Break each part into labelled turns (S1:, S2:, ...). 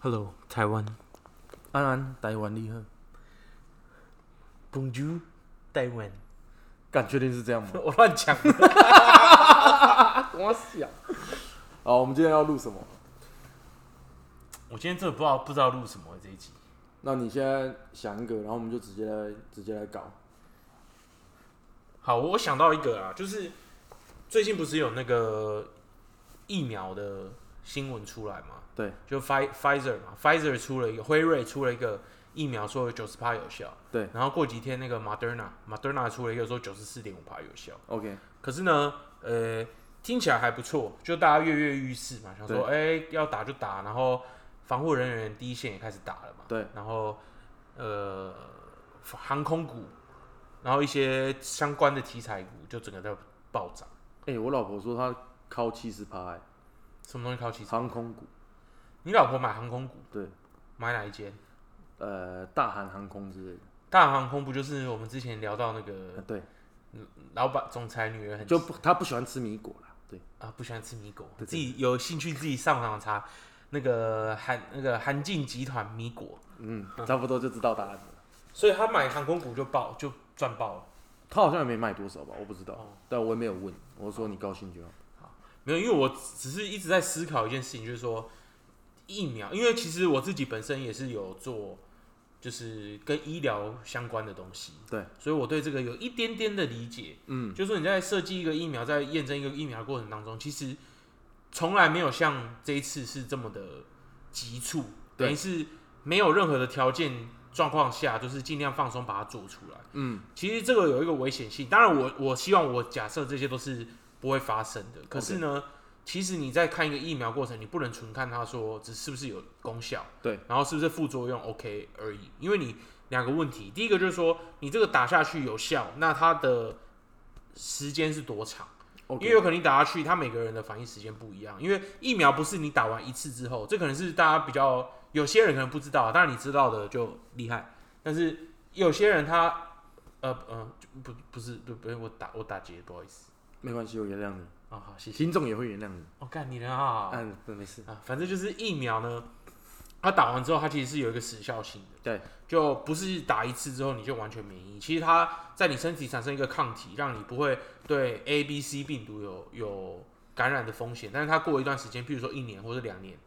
S1: Hello，台湾，安安，台湾你好，Bonjour，台湾，
S2: 敢确定是这样吗？
S1: 我乱讲的，
S2: 我想。好，我们今天要录什么？
S1: 我今天真的不知道不知道录什么这一集，
S2: 那你现在想一个，然后我们就直接来直接来搞。
S1: 好，我想到一个啊，就是最近不是有那个疫苗的新闻出来吗？
S2: 对
S1: 就 Pfi- Pfizer 嘛，Pfizer 出了一个，辉瑞出了一个疫苗，说有九十趴有效。
S2: 对
S1: 然后过几天那个 Moderna，Moderna 出了一个说九十四点五趴有效。
S2: ，OK，
S1: 可是呢，呃，听起来还不错，就大家跃跃欲试嘛，想说，哎、要打就打，然后防护人员第一线也开始打了嘛，
S2: 对，
S1: 然后呃，航空股，然后一些相关的题材股就整个在暴涨，
S2: 哎、我老婆说她靠七十趴，欸
S1: 什么东西靠起？
S2: 航空股，
S1: 你老婆买航空股，
S2: 对，
S1: 买哪一间？
S2: 呃，大韩航空之类的，
S1: 大航空不就是我们之前聊到那
S2: 呃
S1: 个
S2: 对，
S1: 老板总裁女儿很
S2: 就不她不喜欢吃米果啦，对，
S1: 啊，不喜欢吃米果，
S2: 对对
S1: 自己有兴趣自己上网查那个韩那个韩进集团米果，
S2: 嗯，差不多就知道答案了。
S1: 所以他买航空股就爆就赚爆了。
S2: 她好像也没卖多少吧，我不知道，
S1: 哦
S2: 但我也没有问，我说你高兴就好。
S1: 没有，因为我只是一直在思考一件事情，就是说疫苗，因为其实我自己本身也是有做，就是跟医疗相关的东西，
S2: 对，
S1: 所以我对这个有一点点的理解。
S2: 嗯，
S1: 就是说你在设计一个疫苗，在验证一个疫苗的过程当中，其实从来没有像这一次是这么的急促，
S2: 对
S1: 等于是没有任何的条件状况下，就是尽量放松把它做出来。
S2: 嗯，
S1: 其实这个有一个危险性，当然我我希望我假设这些都是不会发生的，可是呢。其实你在看一个疫苗过程，你不能纯看它说只是不是有功效，
S2: 对，
S1: 然后是不是副作用 OK 而已。因为你两个问题，第一个就是说你这个打下去有效，那它的时间是多长？因
S2: OK
S1: 为有可能你打下去，它每个人的反应时间不一样。因为疫苗不是你打完一次之后，这可能是大家比较有些人可能不知道，当然你知道的就厉害。但是有些人他呃呃就不不是不不是我打我打结，不好意思
S2: 没关系，我原谅你，
S1: 啊、好谢谢。
S2: 听众也会原谅你。
S1: 我、哦、干你人啊！
S2: 嗯，对没事。
S1: 啊，反正就是疫苗呢，它打完之后，它其实是有一个时效性的，
S2: 对，
S1: 就不是打一次之后你就完全免疫。其实它在你身体产生一个抗体，让你不会对 A、B、C 病毒有有感染的风险。但是它过一段时间，譬如说一年或者两年，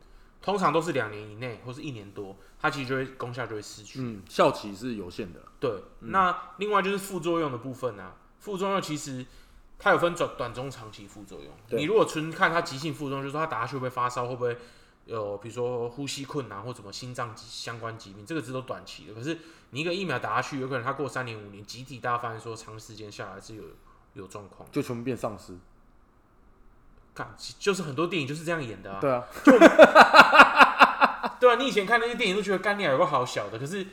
S1: 通常都是两年以内或是一年多，它其实就会功效就会失去。
S2: 嗯，效期是有限的啦，
S1: 对，那另外就是副作用的部分啊，副作用其实它有分短短中长期副作用。
S2: 对
S1: 你如果纯看它急性副作用，就是说它打下去会不会发烧，会不会有比如说呼吸困难或什么心脏疾相关疾病，这个只都短期的。可是你一个疫苗打下去，有可能它过三年五年，集体大家发现说长时间下来是有有状况。
S2: 就全部变丧尸。
S1: 干，其就是很多电影就是这样演的啊。
S2: 对啊，
S1: 对啊，你以前看那些电影都觉得干你有个好小的，可是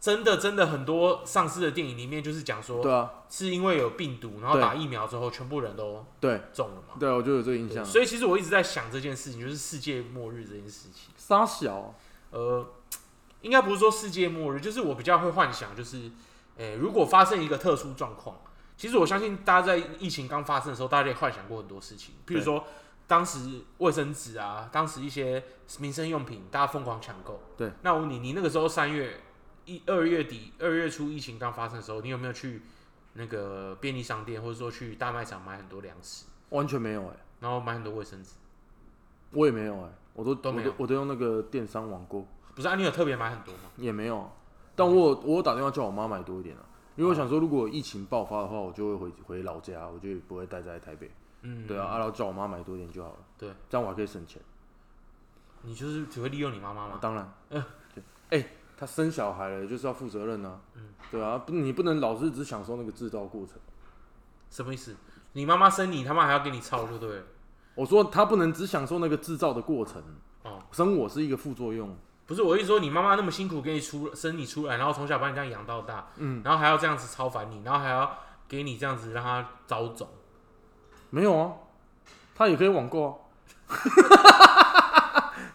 S1: 真的真的很多丧尸的电影里面就是讲说。
S2: 对啊，
S1: 是因为有病毒，然后
S2: 对
S1: 打疫苗之后，全部人都
S2: 对
S1: 中了嘛。
S2: 对啊，我就有这个印象
S1: 对。所以其实我一直在想这件事情，就是世界末日这件事情。
S2: 沙小，
S1: 呃，应该不是说世界末日，就是我比较会幻想，就是，诶、如果发生一个特殊状况，其实我相信大家在疫情刚发生的时候，大家也幻想过很多事情，譬如
S2: 对
S1: 说当时卫生纸啊，当时一些民生用品，大家疯狂抢购。
S2: 对，
S1: 那我问你，你那个时候三月一二月底二月初疫情刚发生的时候，你有没有去那个便利商店，或者说去大卖场买很多粮食，
S2: 完全没有哎、
S1: 然后买很多卫生纸？
S2: 我也没有哎、我都
S1: 都没有
S2: 我都我都用那个电商网购，
S1: 不是啊，你有特别买很多吗？
S2: 也没有啊。但我有我有打电话叫我妈买多一点啊，因
S1: 哦
S2: 为我想说，如果疫情爆发的话，我就会回回老家，我就不会待在台北。
S1: 嗯，
S2: 对啊，啊然后叫我妈买多一点就好了，
S1: 对，
S2: 这样我还可以省钱。
S1: 你就是只会利用你妈妈嘛。
S2: 当然，对，哎、
S1: 嗯
S2: 她生小孩了，就是要负责任啊。对啊，不，你不能老是只享受那个制造过程。
S1: 什么意思？你妈妈生你，他妈还要给你操，就对了。
S2: 我说他不能只享受那个制造的过程，
S1: 哦，
S2: 生我是一个副作用。
S1: 不是，我意思说，你妈妈那么辛苦给你出生你出来，然后从小把你这样养到大，
S2: 嗯，
S1: 然后还要这样子超烦你，然后还要给你这样子让他遭种，
S2: 没有啊，他也可以网购啊。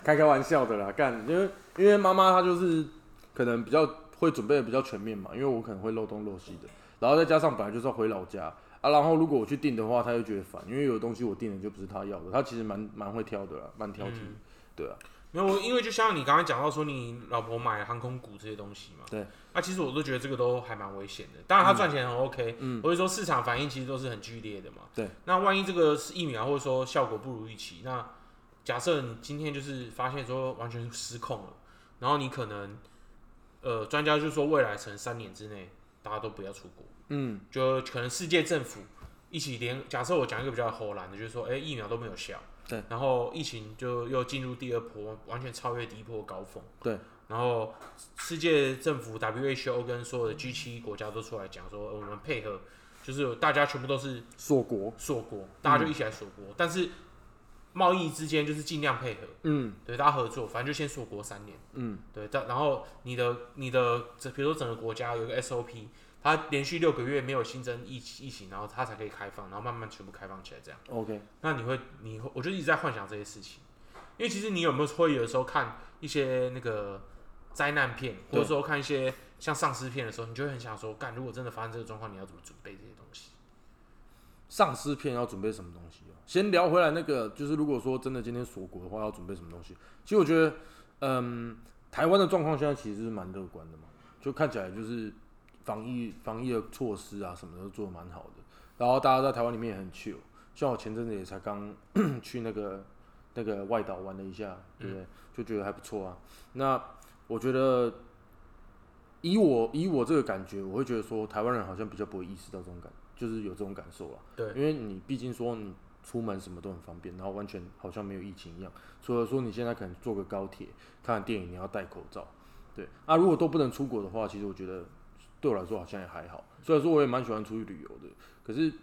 S2: 开开玩笑的啦，干，因为因为妈妈她就是可能比较会准备的比较全面嘛，因为我可能会漏东漏西的，然后再加上本来就是要回老家啊，然后如果我去订的话，她又觉得烦，因为有东西我订的就不是她要的，她其实蛮蛮会挑的啦，蛮挑剔的，
S1: 嗯
S2: 对啊，
S1: 没有，因为就像你刚才讲到说，你老婆买航空股这些东西嘛，
S2: 对，
S1: 那、其实我都觉得这个都还蛮危险的。当然，他赚钱很 OK，
S2: 嗯
S1: 我就说市场反应其实都是很剧烈的嘛，
S2: 对。
S1: 那万一这个是疫苗或者说效果不如预期，那假设你今天就是发现说完全失控了，然后你可能，呃，专家就说未来可能三年之内大家都不要出国，
S2: 嗯，
S1: 就可能世界政府一起联，假设我讲一个比较偷懒的，就是说，哎、疫苗都没有效，
S2: 对，
S1: 然后疫情就又进入第二波，完全超越第一波高峰，
S2: 对，
S1: 然后世界政府 WHO 跟所有的 G 7国家都出来讲说、呃我们配合，就是大家全部都是
S2: 锁国，
S1: 锁国，大家就一起来锁国，但是贸易之间就是尽量配合，
S2: 嗯
S1: 对，大家合作，反正就先锁国三年。
S2: 嗯，
S1: 对，但然后你的你的这比如说整个国家有一个 SOP，它连续六个月没有新增疫疫情，然后它才可以开放，然后慢慢全部开放起来这样。
S2: ，OK，
S1: 那你会你会，我就一直在幻想这些事情，因为其实你有没有会有的时候看一些那个灾难片，或者
S2: 对
S1: 说看一些像丧尸片的时候，你就会很想说，干，如果真的发生这个状况，你要怎么准备这些东西？
S2: 丧尸片要准备什么东西哦？先聊回来那个，就是如果说真的今天锁国的话，要准备什么东西？其实我觉得，嗯，台湾的状况现在其实是蛮乐观的嘛，就看起来就是防疫防疫的措施啊什么的都做的蛮好的，然后大家在台湾里面也很 chill。像我前阵子也才刚 去那个那个外岛玩了一下，对不对？就觉得还不错啊。那我觉得以我以我这个感觉，我会觉得说台湾人好像比较不会意识到这种感，就是有这种感受啊。
S1: 对
S2: 因为你毕竟说你出门什么都很方便，然后完全好像没有疫情一样。除了说你现在可能坐个高铁、看电影，你要戴口罩，对。啊，如果都不能出国的话，其实我觉得对我来说好像也还好。虽然说我也蛮喜欢出去旅游的，可是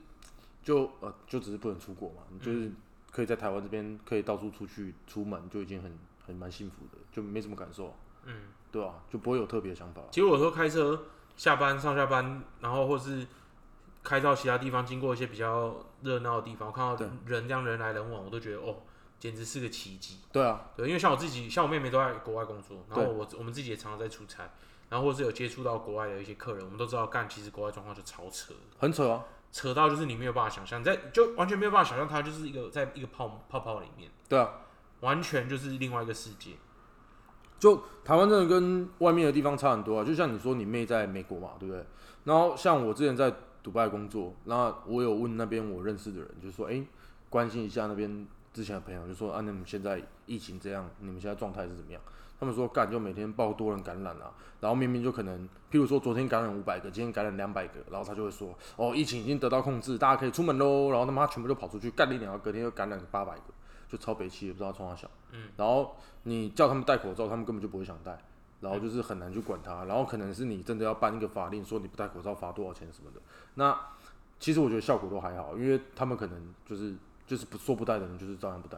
S2: 就呃就只是不能出国嘛，你
S1: 嗯
S2: 就是可以在台湾这边可以到处出去出门，就已经很很蛮幸福的，就没什么感受、
S1: 嗯，
S2: 对啊，就不会有特别的想法。
S1: 其实我说开车下班上下班，然后或是开到其他地方，经过一些比较热闹的地方，我看到
S2: 对
S1: 人这样人来人往，我都觉得哦，简直是个奇迹。
S2: 对啊，
S1: 对，因为像我自己，像我妹妹都在国外工作，然后
S2: 对
S1: 我我们自己也常常在出差，然后或是有接触到国外的一些客人，我们都知道，干其实国外状况就超扯，
S2: 很扯啊，
S1: 扯到就是你没有办法想象，你在就完全没有办法想象，它就是一个在一个泡泡泡里面，
S2: 对啊，
S1: 完全就是另外一个世界。
S2: 就台湾真的跟外面的地方差很多啊。就像你说，你妹在美国嘛，对不对？然后像我之前在迪拜工作，那我有问那边我认识的人，就说，哎、关心一下那边之前的朋友，就说啊，你们现在疫情这样，你们现在状态是怎么样？他们说干就每天报多人感染啊，然后明明就可能，譬如说昨天感染五百个，今天感染两百个，然后他就会说，哦，疫情已经得到控制，大家可以出门喽，然后他妈全部就跑出去干了一年，然后隔天又感染八百个，就超北气，也不知道从哪想。
S1: 嗯，
S2: 然后你叫他们戴口罩，他们根本就不会想戴，然后就是很难去管他，然后可能是你真的要颁一个法令，说你不戴口罩罚多少钱什么的。那其实我觉得效果都还好，因为他们可能就是就是不说不戴的人就是照样不戴，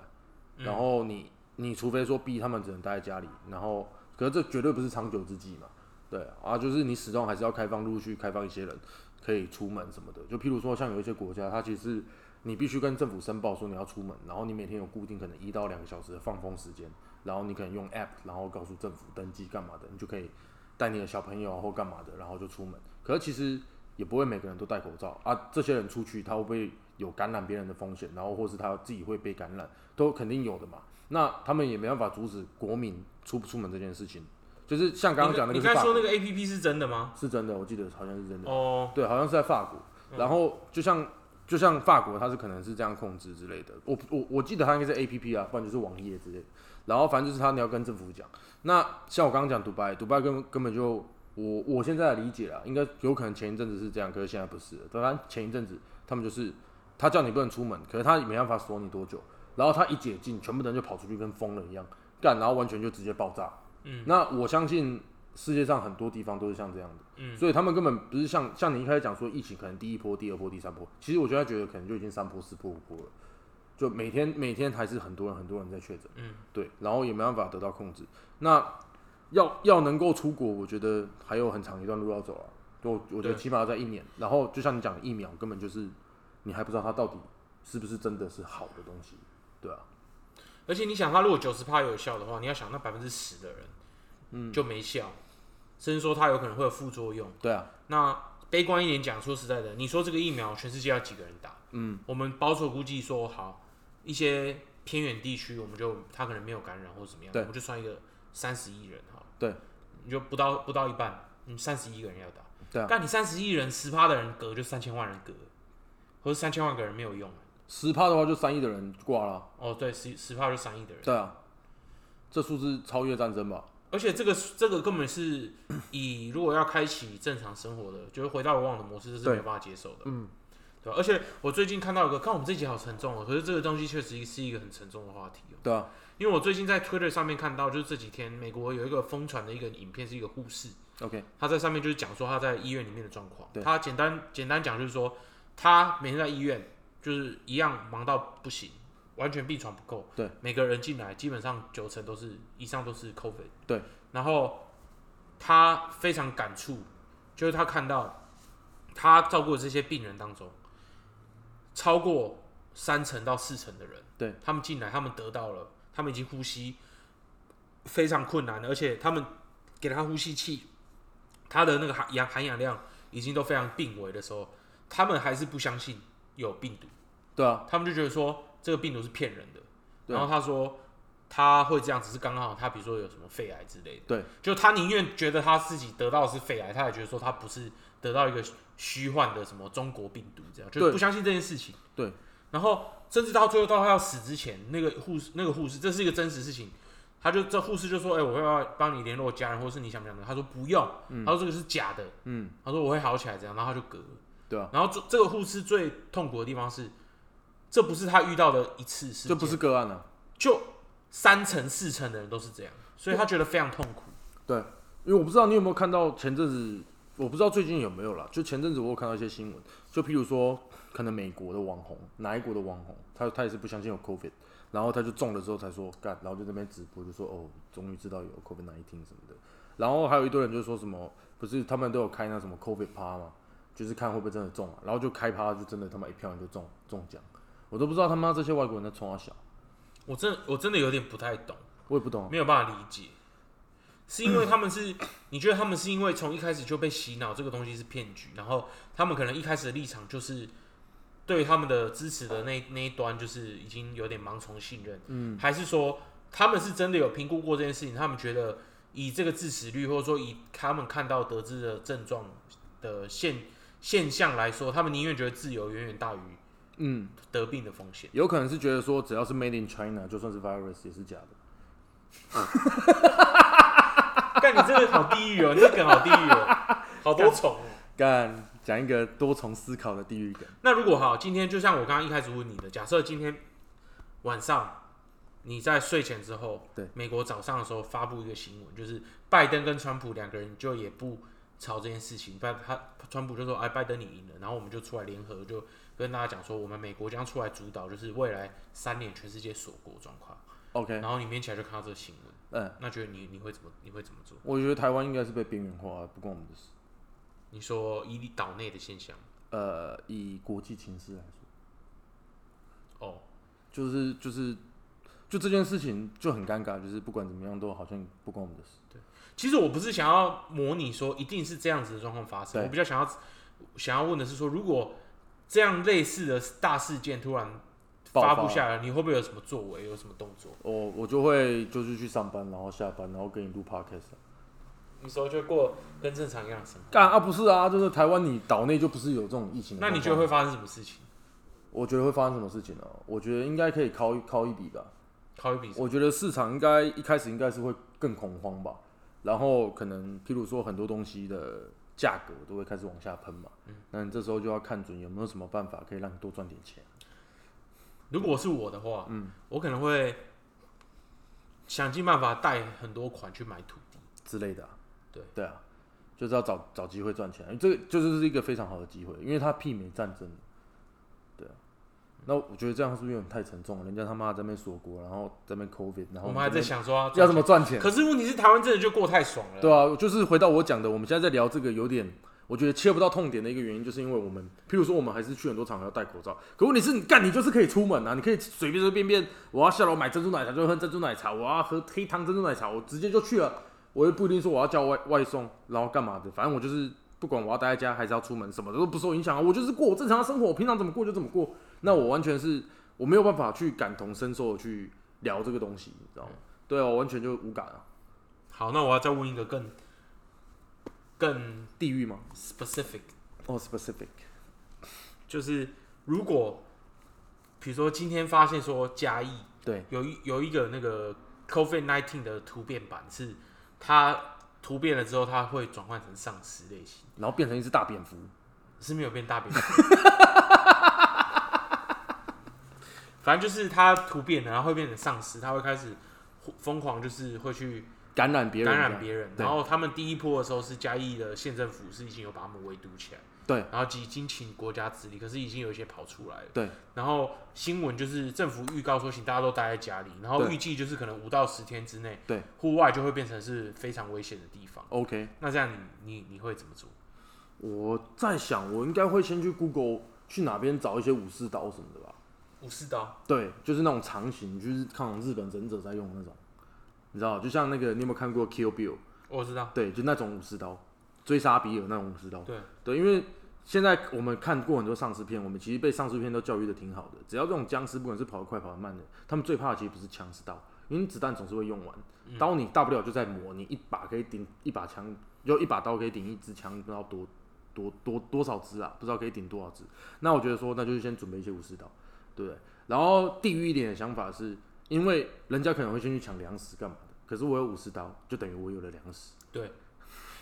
S2: 然后你你除非说逼他们只能待在家里，然后可是这绝对不是长久之计嘛，对啊，就是你始终还是要开放，陆续开放一些人可以出门什么的，就譬如说像有一些国家，它其实是你必须跟政府申报说你要出门，然后你每天有固定可能一到两个小时的放风时间，然后你可能用 app，然后告诉政府登记干嘛的，你就可以带你的小朋友啊或干嘛的，然后就出门。可是其实也不会每个人都戴口罩啊，这些人出去他会不会有感染别人的风险，然后或是他自己会被感染，都肯定有的嘛。那他们也没办法阻止国民出不出门这件事情，就是像刚刚讲的
S1: 你
S2: 那
S1: 刚
S2: 个
S1: 才
S2: 法
S1: 说
S2: 国
S1: 那个 A P P 是真的吗？
S2: 是真的，我记得好像是真的。
S1: 哦，
S2: 对，好像是在法国。然后就像就像法国，它是可能是这样控制之类的。我我我记得它应该是 A P P 啊，不然就是网页之类的。然后反正就是它你要跟政府讲。那像我刚刚讲独白，独白根根本就我我现在的理解啦，应该有可能前一阵子是这样，可是现在不是了。当然前一阵子他们就是他叫你不能出门，可是他也没办法锁你多久。然后他一解禁，全部的人就跑出去跟疯了一样干，然后完全就直接爆炸。嗯，那我相信世界上很多地方都是像这样的，
S1: 嗯
S2: 所以他们根本不是像像你一开始讲说疫情可能第一波、第二波、第三波，其实我觉得他觉得可能就已经三波、四波、五波了，就每天每天还是很多人很多人在确诊，
S1: 嗯，
S2: 对，然后也没办法得到控制。那要要能够出国，我觉得还有很长一段路要走啊，我我觉
S1: 对
S2: 得起码要在一年，然后就像你讲的疫苗，根本就是你还不知道它到底是不是真的是好的东西，对啊，
S1: 而且你想，他如果九十趴有效的话，你要想那百分之十的人，嗯，就没效，甚至说他有可能会有副作用。
S2: 对啊，
S1: 那悲观一点讲，说实在的，你说这个疫苗全世界要几个人打？
S2: 嗯，
S1: 我们保守估计说，好一些偏远地区，我们就他可能没有感染或怎么样，我
S2: 对
S1: 们就算一个三十亿人好了，
S2: 对，
S1: 你就不到不到一半，你三十亿个人要打，
S2: 对啊
S1: 但你三十亿人十趴的人隔就三千万人隔，或者三千万个人没有用。
S2: 十趴的话就三亿的人挂了啊，
S1: 哦，对，十十趴就三亿的人。
S2: 对啊，这数字超越战争吧？
S1: 而且这个这个根本是以如果要开启正常生活的，就是回到以往的模式，这是
S2: 对
S1: 没有办法接受的。嗯，对吧？而且我最近看到一个，看我们这集好沉重哦，可是这个东西确实是一个很沉重的话题哦。
S2: 对啊，
S1: 因为我最近在 Twitter 上面看到，就是这几天美国有一个疯传的一个影片，是一个护士，
S2: OK，
S1: 她在上面就是讲说她在医院里面的状况。
S2: 对
S1: 她简单简单讲就是说，她每天在医院就是一样忙到不行，完全病床不够。
S2: 对，
S1: 每个人进来基本上九成都是以上都是 COVID。
S2: 对，
S1: 然后她非常感触，就是她看到她照顾的这些病人当中，超过三成到四成的人，
S2: 对
S1: 他们进来，他们得到了，他们已经呼吸非常困难了，而且他们给他呼吸器，他的那个含氧含氧量已经都非常病危的时候，他们还是不相信有病毒，
S2: 对啊，
S1: 他们就觉得说这个病毒是骗人的。
S2: 对
S1: 然后他说他会这样，只是刚好他比如说有什么肺癌之类的，
S2: 对，
S1: 就他宁愿觉得他自己得到的是肺癌，他也觉得说他不是得到一个虚幻的什么中国病毒这样，就是
S2: 对
S1: 不相信这件事情。
S2: 对，
S1: 然后甚至到最后到他要死之前，那个护士那个护士，这是一个真实事情，他就这护士就说：“哎、我会要帮你联络家人，或是你想不想的？”他说：“不用。他说：“这个是假的。”
S2: 嗯，
S1: 他说：“我会好起来。”这样，然后他就隔了。
S2: 对啊，
S1: 然后这这个护士最痛苦的地方是，这不是他遇到的一次事件，
S2: 这不是个案啊，
S1: 就三成四成的人都是这样，所以他觉得非常痛苦。
S2: 对，因为我不知道你有没有看到前阵子，我不知道最近有没有啦，就前阵子我有看到一些新闻，就譬如说，可能美国的网红，哪一国的网红，他他也是不相信有 COVID，然后他就中了之后才说干，然后就在那边直播就说哦，终于知道有 COVID 哪一听什么的，然后还有一堆人就说什么，不是他们都有开那什么 COVID 趴嘛，就是看会不会真的中啊，然后就开趴就真的他妈一票人就中中奖，我都不知道他妈这些外国人在冲啊小，
S1: 我真我真的有点不太懂，
S2: 我也不懂啊，
S1: 没有办法理解，是因为他们是 你觉得他们是因为从一开始就被洗脑这个东西是骗局，然后他们可能一开始的立场就是对他们的支持的那那一端就是已经有点盲从信任，嗯，还是说他们是真的有评估过这件事情，他们觉得以这个致死率或者说以他们看到得知的症状的现现象来说，他们宁愿觉得自由远远大于
S2: 嗯，
S1: 得病的风险。
S2: 有可能是觉得说只要是 Made in China，就算是 virus 也是假的。
S1: 干，你真的好地狱哦，你这梗好地狱哦，好多重哦。
S2: 干讲一个多重思考的地狱梗。
S1: 那如果好，今天就像我刚刚一开始问你的，假设今天晚上你在睡前之后，
S2: 对
S1: 美国早上的时候发布一个新闻，就是拜登跟川普两个人就也不吵这件事情，拜他川普就说：“哎，拜登你赢了。”然后我们就出来联合，就跟大家讲说，我们美国将出来主导，就是未来三年全世界锁国状况。
S2: OK，
S1: 然后你面起来就看到这个新闻，
S2: 嗯，
S1: 那觉得你你会怎么你会怎么做？
S2: 我觉得台湾应该是被边缘化，不关我们的事。
S1: 你说以岛内的现象
S2: 呃，以国际情势来说，
S1: 哦，
S2: 就是就是就这件事情就很尴尬，就是不管怎么样都好像不关我们的事。
S1: 其实我不是想要模拟说一定是这样子的状况发生，
S2: 对
S1: 我比较想要想要问的是说，如果这样类似的大事件突然发
S2: 爆发
S1: 布下来，你会不会有什么作为，有什么动作？
S2: 我我就会就是去上班，然后下班，然后跟你录 podcast 啊。
S1: 你说就过跟正常一样的生活，
S2: 干啊，不是啊，就是台湾你岛内就不是有这种疫情
S1: 那
S2: 的状况。
S1: 你觉得会发生什么事情？
S2: 我觉得会发生什么事情呢、我觉得应该可以靠靠一笔吧。
S1: 考一笔，
S2: 我觉得市场应该一开始应该是会更恐慌吧，然后可能譬如说很多东西的价格都会开始往下喷嘛，
S1: 嗯
S2: 那你这时候就要看准有没有什么办法可以让你多赚点钱。嗯
S1: 如果是我的话，我可能会想尽办法贷很多款去买土地，
S2: 之类的啊、
S1: 对
S2: 对啊，就是要找找机会赚钱，这个就是一个非常好的机会，因为它媲美战争。对啊，那我觉得这样是不是有点太沉重了？人家他妈在那边锁国，然后在那边 COVID，然后
S1: 我们还在
S2: 这边
S1: 想说要
S2: 哦要怎么赚钱。
S1: 可是问题是，台湾真的就过太爽了。
S2: 对啊，就是回到我讲的，我们现在在聊这个有点，我觉得切不到痛点的一个原因，就是因为我们，譬如说我们还是去很多场合要戴口罩，可问题是，你干你就是可以出门啊，你可以随便随便便，我要下楼买珍珠奶茶就喝珍珠奶茶，我要喝黑糖珍珠奶茶，我直接就去了，我又不一定说我要叫外外送，然后干嘛的，反正我就是不管我要待在家还是要出门，什么都不受影响啊，我就是过我正常的生活，我平常怎么过就怎么过，那我完全是我没有办法去感同身受的去聊这个东西，你知道吗？对啊，我完全就无感啊，
S1: 好，那我要再问一个更更
S2: 地狱吗？
S1: specific，
S2: 哦、s p e c i f i c
S1: 就是如果比如说今天发现说嘉义
S2: 对，
S1: 有一有一个那个 COVID nineteen 的突变版是它突变了之后，它会转换成丧尸类型，
S2: 然后变成一只大蝙蝠，
S1: 是没有变大变小。 反正就是它突变了，然后会变成丧尸，它会开始疯狂，就是会去
S2: 感染别人，
S1: 感染别人。
S2: 对
S1: 然后他们第一波的时候是嘉义的县政府是已经有把他们围堵起来，
S2: 对
S1: 然后已经请国家治理，可是已经有一些跑出来了。
S2: 对
S1: 然后新闻就是政府预告说，请大家都待在家里，然后
S2: 对
S1: 预计就是可能五到十天之内，
S2: 对
S1: 户外就会变成是非常危险的地方。
S2: ，OK。
S1: 那这样你你你会怎么做？
S2: 我在想，我应该会先去 Google 去哪边找一些武士刀什么的吧？
S1: 武士刀，
S2: 对，就是那种长型，就是看那种日本忍者在用的那种，你知道，就像那个你有没有看过 Kill Bill？
S1: 我知道，
S2: 对，就那种武士刀，追杀比尔那种武士刀。
S1: 对
S2: 对，因为现在我们看过很多丧尸片，我们其实被丧尸片都教育的挺好的。只要这种僵尸，不管是跑得快、跑得慢的，他们最怕的其实不是枪，是刀，因为子弹总是会用完。
S1: 嗯
S2: 刀你大不了就在磨，你一把可以顶一把枪，就一把刀可以顶一支枪，不知道多多多多少支啊，不知道可以顶多少支。那我觉得说，那就是先准备一些武士刀，对不对？然后地狱一点的想法是，因为人家可能会先去抢粮食干嘛的，可是我有武士刀，就等于我有了粮食。
S1: 对。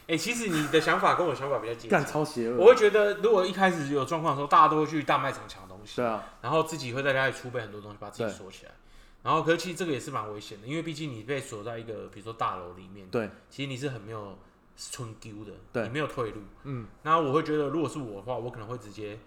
S1: 哎、其实你的想法跟我想法比较接
S2: 干
S1: 近。
S2: 超邪恶的，
S1: 我会觉得，如果一开始有状况的时候，大家都会去大卖场抢东西，
S2: 对啊，
S1: 然后自己会在家里储备很多东西，把自己
S2: 对
S1: 锁起来。然后，可是其实这个也是蛮危险的，因为毕竟你被锁在一个比如说大楼里面，
S2: 对，
S1: 其实你是很没有存丢的，
S2: 对
S1: 你没有退路。
S2: 嗯，
S1: 那我会觉得，如果是我的话，我可能会直接，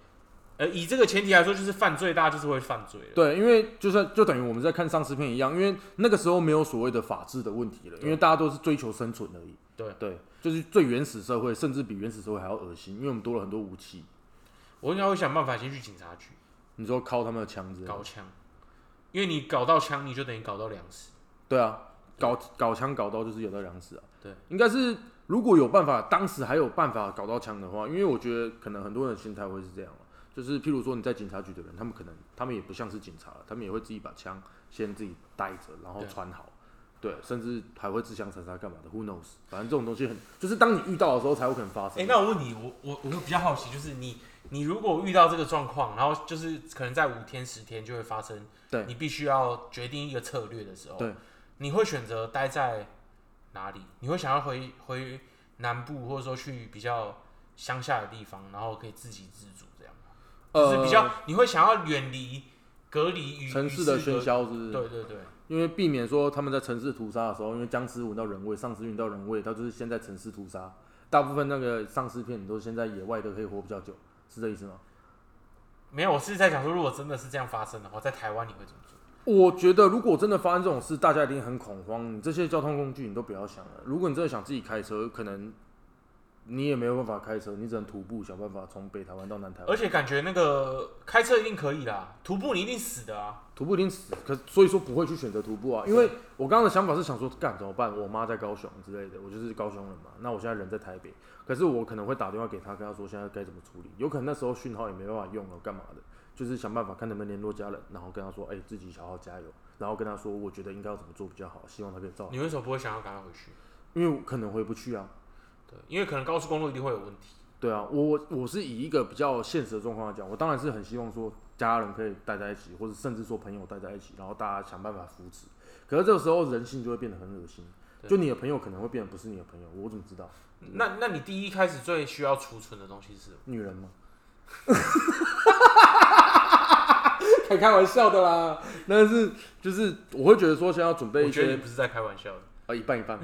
S1: 呃，以这个前提来说，就是犯罪，大家就是会犯罪了。
S2: 对，因为就算就等于我们在看丧尸片一样，因为那个时候没有所谓的法治的问题了，因为大家都是追求生存而已。
S1: 对
S2: 对，就是最原始社会，甚至比原始社会还要恶心，因为我们多了很多武器。
S1: 我应该会想办法先去警察局
S2: 你说敲他们的枪支，
S1: 搞枪，因为你搞到枪，你就等于搞到粮食。
S2: 对啊，搞搞枪搞到就是有到粮食啊。
S1: 对，
S2: 应该是如果有办法，当时还有办法搞到枪的话，因为我觉得可能很多人的心态会是这样啊就是譬如说你在警察局的人，他们可能他们也不像是警察了，他们也会自己把枪先自己带着，然后
S1: 对
S2: 穿好。对，甚至还会自相残杀干嘛的？Who knows？反正这种东西很，就是当你遇到的时候才有可能发生。
S1: 哎、那我问你，我我我比较好奇，就是你你如果遇到这个状况，然后就是可能在五天十天就会发生，
S2: 对
S1: 你必须要决定一个策略的时候，
S2: 对，
S1: 你会选择待在哪里？你会想要回回南部，或者说去比较乡下的地方，然后可以自给自足这样吗？就是比较你会想要远离隔离与
S2: 呃城市的喧，嚣，是不
S1: 与世隔对
S2: 是？
S1: 对对，
S2: 因为避免说他们在城市屠杀的时候，因为僵尸闻到人味，丧尸闻到人味，它就是先在城市屠杀。大部分那个丧尸片，你都是先在野外的可以活比较久，是这意思吗？
S1: 没有，我是在想说，如果真的是这样发生的话，在台湾你会怎么做？
S2: 我觉得如果真的发生这种事，大家一定很恐慌。你这些交通工具你都不要想了。如果你真的想自己开车，可能你也没有办法开车，你只能徒步想办法从北台湾到南台
S1: 而
S2: 湾。
S1: 且感觉那个开车一定可以啦，徒步你一定死的啊。
S2: 徒步一定死，可所以说不会去选择徒步啊。因为我刚刚的想法是想说，干怎么办？我妈在高雄之类的，我就是高雄人嘛。那我现在人在台北，可是我可能会打电话给她，跟她说现在该怎么处理。有可能那时候讯号也没办法用了，干嘛的？就是想办法看能不能联络家人，然后跟她说，哎、自己好好加油，然后跟她说，我觉得应该要怎么做比较好，希望她可以照。
S1: 你为什么不会想要赶快回去？
S2: 因为我可能回不去啊。
S1: 对，因为可能高速公路一定会有问题。
S2: 对啊，我我我是以一个比较现实的状况来讲，我当然是很希望说家人可以待在一起，或者甚至说朋友待在一起，然后大家想办法扶持。可是这个时候人性就会变得很恶心，
S1: 对
S2: 就你的朋友可能会变得不是你的朋友，我怎么知道？
S1: 那那你第一开始最需要储存的东西是什么？
S2: 女人吗？ 开开玩笑的啦，但是就是我会觉得说，先要准备啊
S1: 我
S2: 一
S1: 觉得
S2: 些
S1: 你不是在开玩笑的。
S2: 呃一半一半，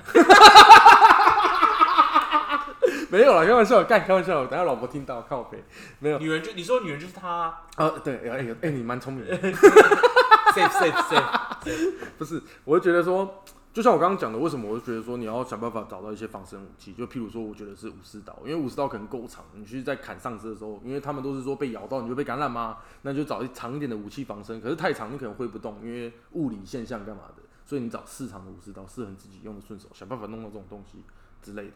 S2: 没有啦，开玩笑，干开玩笑，等下老婆听到靠背，没有
S1: 女人就你说女人就是她啊
S2: 啊，对，哎、哎哎你蛮聪明的，
S1: ，safe safe safe，
S2: 不是，我就觉得说，就像我刚刚讲的，为什么我就觉得说你要想办法找到一些防身武器，就譬如说，我觉得是武士刀，因为武士刀可能够长，你去在砍丧尸的时候，因为他们都是说被咬到你就被感染嘛，那你就找一长一点的武器防身，可是太长你可能挥不动，因为物理现象干嘛的，所以你找适长的武士刀，适合你自己用的顺手，想办法弄到这种东西之类的，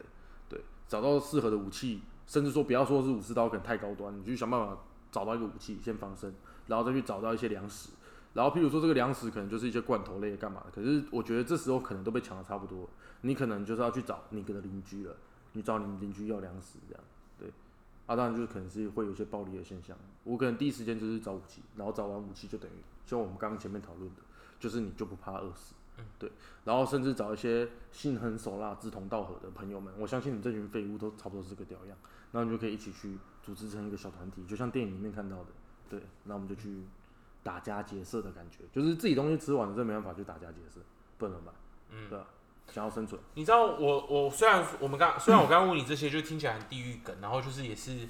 S2: 对，找到适合的武器，甚至说不要说是武士刀，可能太高端，你去想办法找到一个武器先防身，然后再去找到一些粮食。然后譬如说这个粮食可能就是一些罐头类干嘛的，可是我觉得这时候可能都被抢的差不多了，你可能就是要去找你的邻居了，你找你邻居要粮食这样，对，啊当然就是可能是会有一些暴力的现象，我可能第一时间就是找武器，然后找完武器就等于像我们刚刚前面讨论的，就是你就不怕饿死，对，然后甚至找一些心狠手辣、志同道合的朋友们，我相信你这群废物都差不多是这个屌样，然后你就可以一起去组织成一个小团体，就像电影里面看到的，对，那我们就去。打家劫舍的感觉，就是自己东西吃完了，真没办法去打家劫舍，不能吧？嗯，对吧？想要生存，
S1: 你知道我我虽然我们刚虽然我刚刚问你这些，就听起来很地狱梗，然后就是也是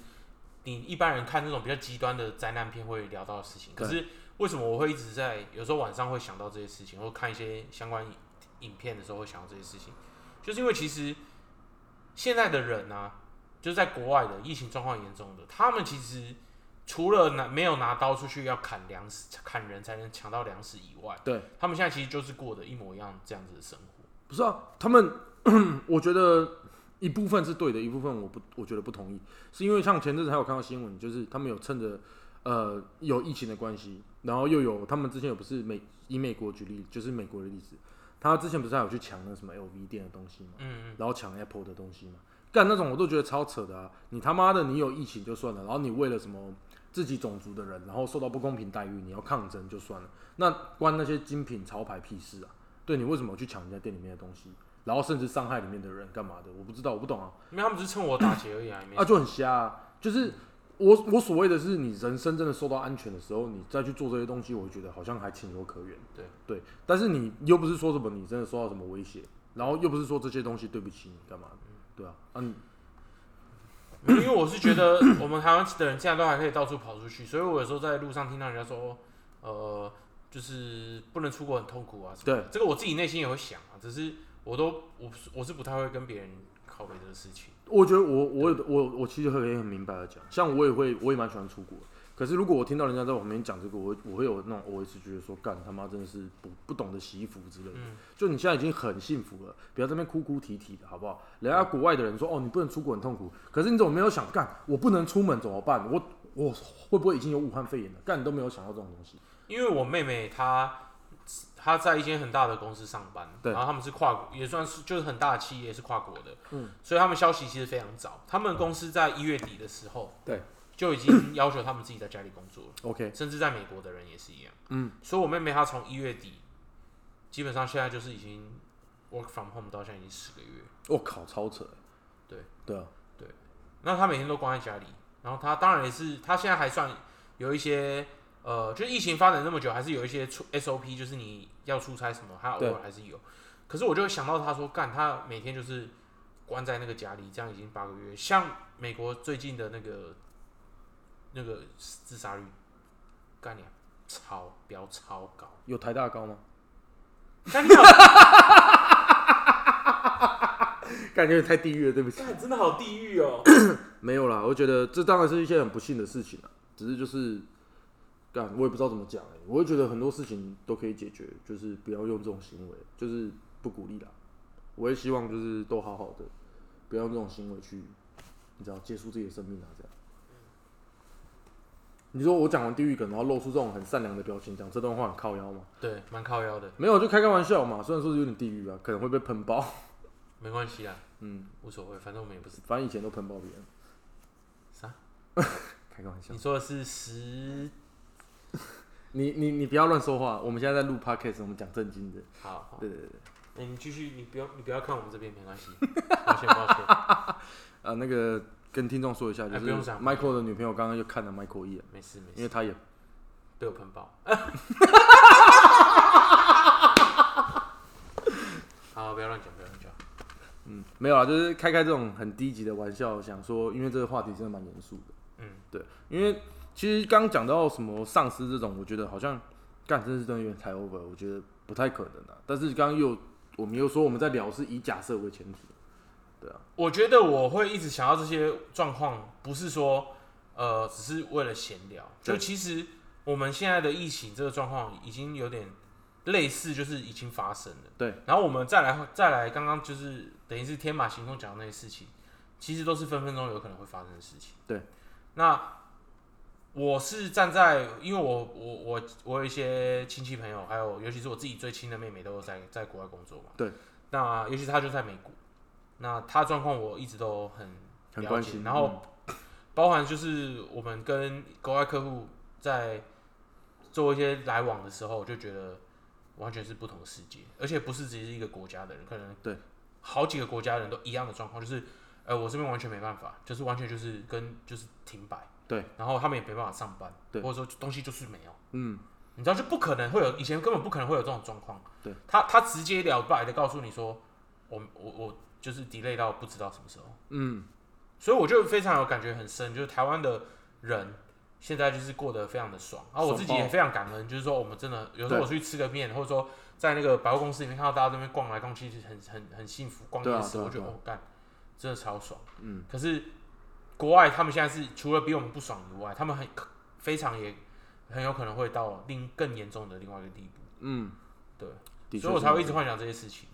S1: 你一般人看那种比较极端的灾难片会聊到的事情，可
S2: 对
S1: 是为什么我会一直在有时候晚上会想到这些事情，或看一些相关影影片的时候会想到这些事情，就是因为其实现在的人啊，就是在国外的疫情状况严重的，他们其实除了拿没有拿刀出去要砍粮食、砍人才能抢到粮食以外，
S2: 对，
S1: 他们现在其实就是过的一模一样这样子的生活。
S2: 不是啊，他们我觉得一部分是对的，一部分我不我觉得不同意，是因为像前阵子还有看到新闻，就是他们有趁着呃有疫情的关系，然后又有他们之前有不是美以美国举例，就是美国的例子，他之前不是还有去抢那什么 LV 店的东西吗？
S1: 嗯
S2: 然后抢 Apple 的东西嘛，干那种我都觉得超扯的啊！你他妈的，你有疫情就算了，然后你为了什么自己种族的人，然后受到不公平待遇，你要抗争就算了，那关那些精品潮牌屁事啊！对你为什么去抢人家店里面的东西，然后甚至伤害里面的人干嘛的？我不知道，我不懂啊，
S1: 因为他们只是趁火打劫而已啊，也没
S2: 啊就很瞎、啊，就是。我我所谓的是，你人生真的受到安全的时候，你再去做这些东西，我觉得好像还情有可原。
S1: 对
S2: 对，但是你又不是说什么你真的受到什么威胁，然后又不是说这些东西对不起你干嘛的，对啊，啊你
S1: 因为我是觉 得我们台湾的人现在都还可以到处跑出去，所以我有时候在路上听到人家说，呃，就是不能出国很痛苦啊什么的。
S2: 对，
S1: 这个我自己内心也会想啊，只是我都我不是我是不太会跟别人考虑这个事情。
S2: 我觉得我我有我我其实可以很明白的讲，像我也会我也蛮喜欢出国的，可是如果我听到人家在我旁边讲这个，我我会有那种我也是觉得说干他妈真的是不不懂得惜福之类的。
S1: 嗯
S2: 就你现在已经很幸福了，不要在那边哭哭啼啼的好不好？人家国外的人说哦你不能出国很痛苦，可是你怎么没有想干我不能出门怎么办？我我会不会已经有武汉肺炎了？干你都没有想到这种东西。
S1: 因为我妹妹她她在一间很大的公司上班，
S2: 对
S1: 然后他们是跨国，也算是就是很大的企业，是跨国的，
S2: 嗯，
S1: 所以他们消息其实非常早。他们公司在一月底的时候，
S2: 对，
S1: 就已经要求他们自己在家里工作了。
S2: OK，
S1: 甚至在美国的人也是一样。
S2: 嗯，
S1: 所以我妹妹她从一月底，基本上现在就是已经 work from home 到现在已经十个月。
S2: 我靠，超扯欸。
S1: 对
S2: 对啊，
S1: 那她每天都关在家里，然后她当然也是，她现在还算有一些呃，就是疫情发展那么久，还是有一些出 SOP，就是你要出差什么，她偶
S2: 对
S1: 尔还是有。可是我就想到她说，干，她每天就是关在那个家里，这样已经八个月。像美国最近的那个那个自杀率，干你、啊、超标超高。
S2: 有台大高吗？
S1: 干你好
S2: 感觉太地狱了，对不起。
S1: 干，真的好地狱哦！
S2: 没有啦，我觉得这当然是一些很不幸的事情啊，只是就是，干我也不知道怎么讲哎、我会觉得很多事情都可以解决，就是不要用这种行为，就是不鼓励啦。我也希望就是都好好的，不要用这种行为去，你知道结束自己的生命啊，这样。你说我讲完地狱梗，然后露出这种很善良的表情，讲这段话很靠腰吗？
S1: 对，蛮靠腰的，
S2: 没有，就开开玩笑嘛。虽然说是有点地狱啊，可能会被喷爆，
S1: 没关系啦，
S2: 嗯，
S1: 无所谓，反正我们也不是
S2: 反正以前都喷爆别人，
S1: 啥。
S2: 开个玩笑
S1: 你。说的是十
S2: 你你你不要乱说话，我们现在在录 podcast，我们讲正经的。
S1: 好，好
S2: 对对对，对
S1: 那你继续，你不要你不要看我们这边，没关系，抱歉抱 歉，
S2: 啊，那个跟听众说一下，就
S1: 哎
S2: 是
S1: 不用讲
S2: Michael 的女朋友刚刚就看了 Michael 一眼，
S1: 没事没
S2: 因为
S1: 事，
S2: 他也
S1: 被我喷 爆。好，不要乱讲，不要乱讲。
S2: 嗯，没有啊，就是开开这种很低级的玩笑，想说，因为这个话题真的蛮严肃的。
S1: 嗯，
S2: 对，因为其实刚讲到什么丧尸这种，我觉得好像干真是真的有点太 over，我觉得不太可能啊。但是刚刚又我们又说我们在聊是以假设为前提，
S1: 我觉得我会一直想要这些状况，不是说呃，只是为了闲聊。
S2: 对
S1: 就其实我们现在的疫情这个状况已经有点类似，就是已经发生了。
S2: 对。
S1: 然后我们再来再来，刚刚就是等于是天马行空讲的那些事情，其实都是分分钟有可能会发生的事情。
S2: 对。
S1: 那我是站在，因为我我我我有一些亲戚朋友，还有尤其是我自己最亲的妹妹，都有在在国外工作嘛。
S2: 对。
S1: 那尤其她就在美国，那她状况我一直都很
S2: 很
S1: 了
S2: 关
S1: 解
S2: 心。嗯
S1: 然后包含就是我们跟国外客户在做一些来往的时候，就觉得完全是不同的世界，而且不是只是一个国家的人，可能
S2: 对
S1: 好几个国家的人都一样的状况，就是呃我这边完全没办法，就是完全就是跟就是停摆，
S2: 对，
S1: 然后他们也没办法上班，
S2: 对
S1: 或者说东西就是没有。
S2: 嗯，
S1: 你知道，就不可能会有以前根本不可能会有这种状况。
S2: 对，
S1: 他他直截了白的告诉你说，我我我就是 delay 到不知道什么时候。
S2: 嗯，
S1: 所以我就非常有感觉很深，就是台湾的人现在就是过得非常的爽，然后我自己
S2: 爽爆
S1: 也非常感恩，就是说我们真的有时候
S2: 对
S1: 我出去吃个面，或者说在那个百货公司里面看到大家这边逛来逛去，就是很很很幸福，逛
S2: 对啊
S1: 夜市，
S2: 对啊
S1: 我觉得
S2: 对啊
S1: 哦干，真的超爽。
S2: 嗯，
S1: 可是国外他们现在是除了比我们不爽以外，他们很非常也很有可能会到另更严重的另外一个地步，
S2: 嗯，
S1: 对，
S2: 的确
S1: 所以我
S2: 是
S1: 才会
S2: 这
S1: 一直
S2: 样
S1: 幻想这些事情，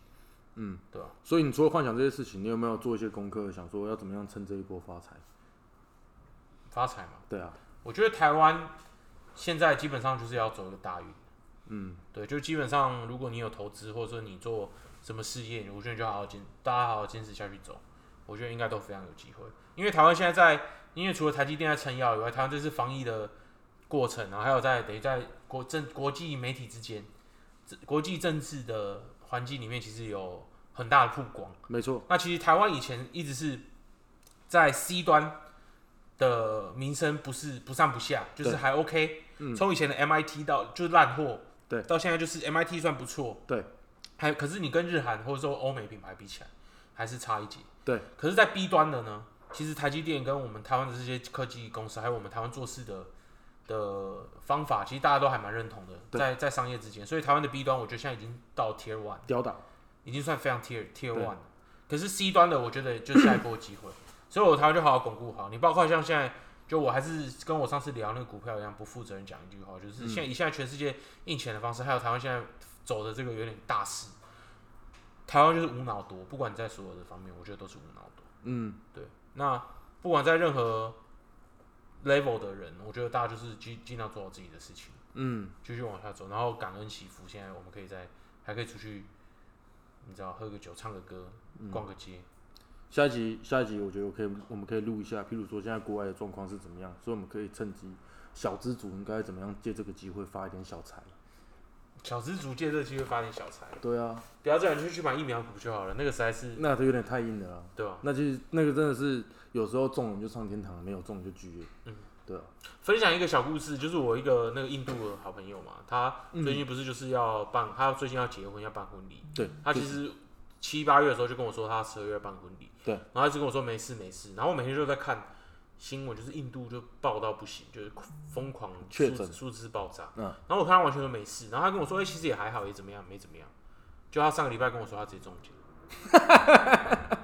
S2: 嗯，
S1: 对吧、啊
S2: 所以你除了幻想这些事情，你有没有做一些功课，想说要怎么样趁这一波发财？
S1: 发财嘛，
S2: 对啊，
S1: 我觉得台湾现在基本上就是要走一个大运。
S2: 嗯，
S1: 对，就基本上，如果你有投资，或者说你做什么事业，我觉得你就好好坚，大家好好坚持下去走，我觉得应该都非常有机会。因为台湾现在在，因为除了台积电在撑腰以外，台湾这次防疫的过程，然啊后还有在等于在国政国际媒体之间、这国际政治的环境里面，其实有很大的曝光。
S2: 没错，
S1: 那其实台湾以前一直是在 C 端的名声不是不上不下，就是
S2: 对嗯
S1: 还 OK。从以前的 MIT 到就是烂货，
S2: 对
S1: 到现在就是 MIT 算不错，
S2: 对，
S1: 还可是你跟日韩或者说欧美品牌比起来，还是差一截。
S2: 对，
S1: 可是，在 B 端的呢，其实台积电跟我们台湾的这些科技公司，还有我们台湾做事的的方法，其实大家都还蛮认同的，
S2: 对
S1: 在在商业之间，所以台湾的 B 端，我觉得现在已经到 Tier One。
S2: 吊打，
S1: 已经算非常 tier tier
S2: 对
S1: one 了。可是 C 端的，我觉得就是下一波机会，所以我台湾就好好巩固好。你包括像现在，就我还是跟我上次聊那个股票一样，不负责任讲一句话，就是现在以现在全世界印钱的方式，还有台湾现在走的这个有点大势，台湾就是无脑多，不管在所有的方面，我觉得都是无脑多。
S2: 嗯，
S1: 对，那不管在任何 level 的人，我觉得大家就是尽尽量做好自己的事情。
S2: 嗯，
S1: 继续往下走，然后感恩祈福。现在我们可以在还可以出去，你知道，喝个酒、唱个歌、逛个街。
S2: 下一集，下一集，我觉得我可以，我们可以录一下，譬如说现在国外的状况是怎么样，所以我们可以趁机小资主应该怎么样借这个机会发一点小财。
S1: 小资族借这个机会发点小财，
S2: 对啊，
S1: 不要这样，你就去买疫苗股就好了。那个实在是，
S2: 那都有点太硬了啊。
S1: 对吧、
S2: 那其实那个真的是有时候中了就上天堂，没有中就拒绝。
S1: 嗯，
S2: 对啊，
S1: 分享一个小故事，就是我一个那个印度的好朋友嘛，他最近不是就是要办，他最近要结婚，要办婚礼。
S2: 对，
S1: 他其实七八月的时候就跟我说他十二月办婚礼，
S2: 对
S1: 然后他一直跟我说没事没事，然后我每天就在看新闻，就是印度就爆到不行，就是疯狂
S2: 确
S1: 数字
S2: 诊
S1: 数字爆炸，
S2: 嗯
S1: 然后我看他完全都没事，然后他跟我说，哎、其实也还好，也怎么样，没怎么样，就他上个礼拜跟我说他直接中奖，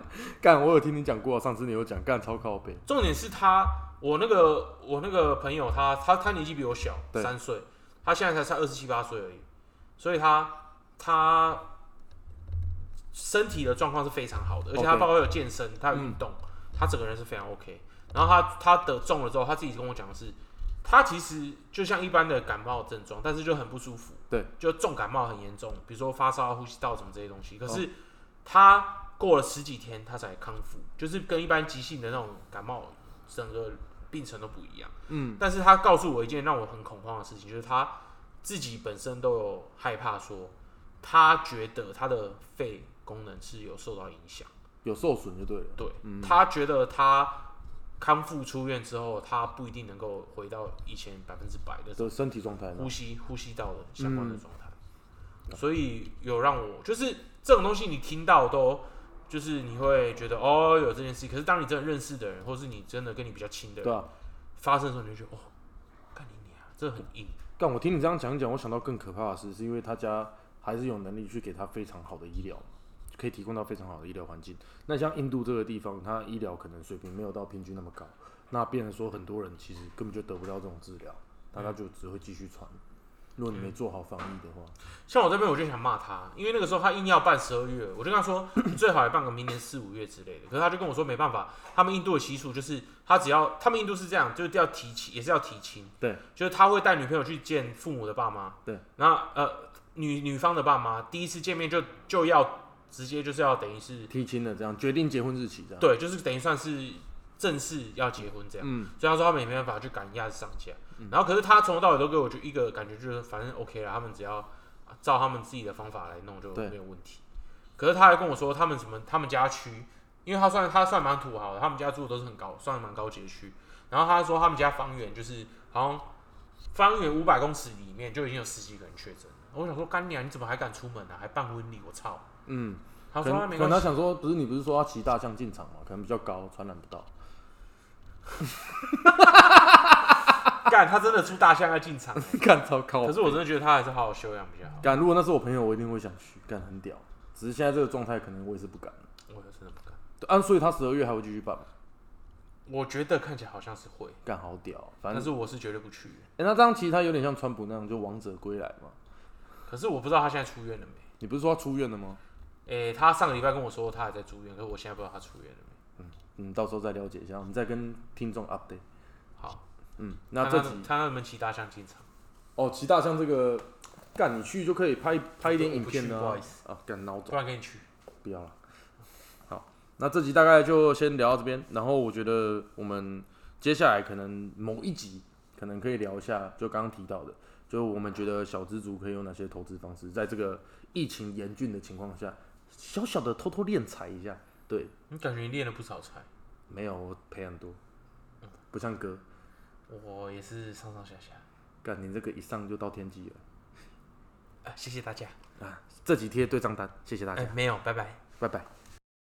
S2: 干，我有听你讲过啊，上次你有讲干超靠背。
S1: 重点是他，我那个我那个朋友他，他他年纪比我小
S2: 对
S1: 三岁，他现在才才二十七八岁而已，所以他他身体的状况是非常好的，而且他
S2: OK
S1: 包括有健身，他有运动，他整个人是非常 OK。然后他他得中了之后，他自己跟我讲的是，他其实就像一般的感冒症状，但是就很不舒服，
S2: 对，
S1: 就重感冒很严重，比如说发烧、呼吸道什么这些东西。可是他过了十几天，他才康复，就是跟一般急性的那种感冒，整个病程都不一样。
S2: 嗯，
S1: 但是他告诉我一件让我很恐慌的事情，就是他自己本身都有害怕说，他觉得他的肺功能是有受到影响。
S2: 有受损就对了。
S1: 对、他觉得他康复出院之后，他不一定能够回到以前百分之百的
S2: 的身体状态呢
S1: 呼吸呼吸道的相
S2: 嗯
S1: 关的状态，所以有让我就是这种东西，你听到都就是你会觉得哦有这件事，可是当你真的认识的人，或是你真的跟你比较亲的
S2: 对
S1: 人
S2: 啊，
S1: 发生的时候，你就觉得哦，干你娘，这很硬。
S2: 但我听你这样讲一讲，我想到更可怕的事，是因为他家还是有能力去给他非常好的医疗，可以提供到非常好的医疗环境。那像印度这个地方，它医疗可能水平没有到平均那么高，那变成说很多人其实根本就得不到这种治疗，那他就只会继续传。如果你没做好防疫的话，
S1: 像我这边我就想骂他，因为那个时候他硬要办十二月，我就跟他说你最好也办个明年四五月之类的。可是他就跟我说没办法，他们印度的习俗就是他只要他们印度是这样，就是要提亲，也是要提亲，
S2: 对，
S1: 就是他会带女朋友去见父母的爸妈，
S2: 对，
S1: 然后呃女女方的爸妈第一次见面就就要直接就是要等于是
S2: 提亲了这样决定结婚日期这样，
S1: 对，就是等于算是正式要结婚这样。
S2: 嗯，
S1: 所以他说他们也没办法去赶鸭子上架。然后可是他从头到尾都给我就一个感觉，就是反正 OK 了，他们只要啊照他们自己的方法来弄就
S2: 对
S1: 没有问题。可是他还跟我说他们什么他们家区，因为他算他算蛮土豪的，他们家住的都是很高，算蛮高级的区。然后他说他们家方圆就是好像方圆五百公尺里面就已经有十几个人确诊了。我想说干娘，你怎么还敢出门啊？还办婚礼？我操！
S2: 嗯，
S1: 他
S2: 可
S1: 说他
S2: 能
S1: 没
S2: 可
S1: 关
S2: 能他
S1: 系，
S2: 想说，不是你不是说要骑大象进场嘛，可能比较高，传染不 到。
S1: 干他真的出大象要进场。欸
S2: 干糟糕
S1: 可，是我真的觉得他还是好好修养比较好。
S2: 干如果那是我朋友，我一定会想去，干很屌。只是现在这个状态，可能我也是不敢。
S1: 我真的不敢。
S2: 对啊，所以他十二月还会继续办吗，
S1: 我觉得看起来好像是会，
S2: 干好屌哦。反
S1: 但
S2: 正、
S1: 是我是绝对不去。
S2: 诶那这样其实他有点像川普那样，就王者归来嘛。
S1: 可是我不知道他现在出院了没。
S2: 你不是说他出院了吗？
S1: 诶、他上个礼拜跟我说他还在住院，可是我现在不知道他出院了没。
S2: 嗯，到时候再了解一下，我们再跟听众 update。
S1: 好，
S2: 嗯，那
S1: 看
S2: 这
S1: 他
S2: 集
S1: 们看他们骑大象进场，
S2: 哦，骑大象这个，干你去就可以拍拍一点
S1: 我
S2: 影
S1: 不去
S2: 片呢、
S1: 不好
S2: 啊
S1: 意思。
S2: 啊，干孬种。
S1: 不然跟你去。
S2: 不要了。好，那这集大概就先聊到这边，然后我觉得我们接下来可能某一集可能可以聊一下，就刚刚提到的，就我们觉得小资族可以有哪些投资方式，在这个疫情严峻的情况下，小小的偷偷练财一下。对，
S1: 你感觉你练了不少才，
S2: 没有我赔很多，不像哥，
S1: 我也是上上下下。
S2: 干你这个一上就到天际
S1: 啊，谢谢大家。
S2: 了啊！这几贴对账单，谢谢大
S1: 哎、
S2: 家，
S1: 没有，拜拜。
S2: 拜拜。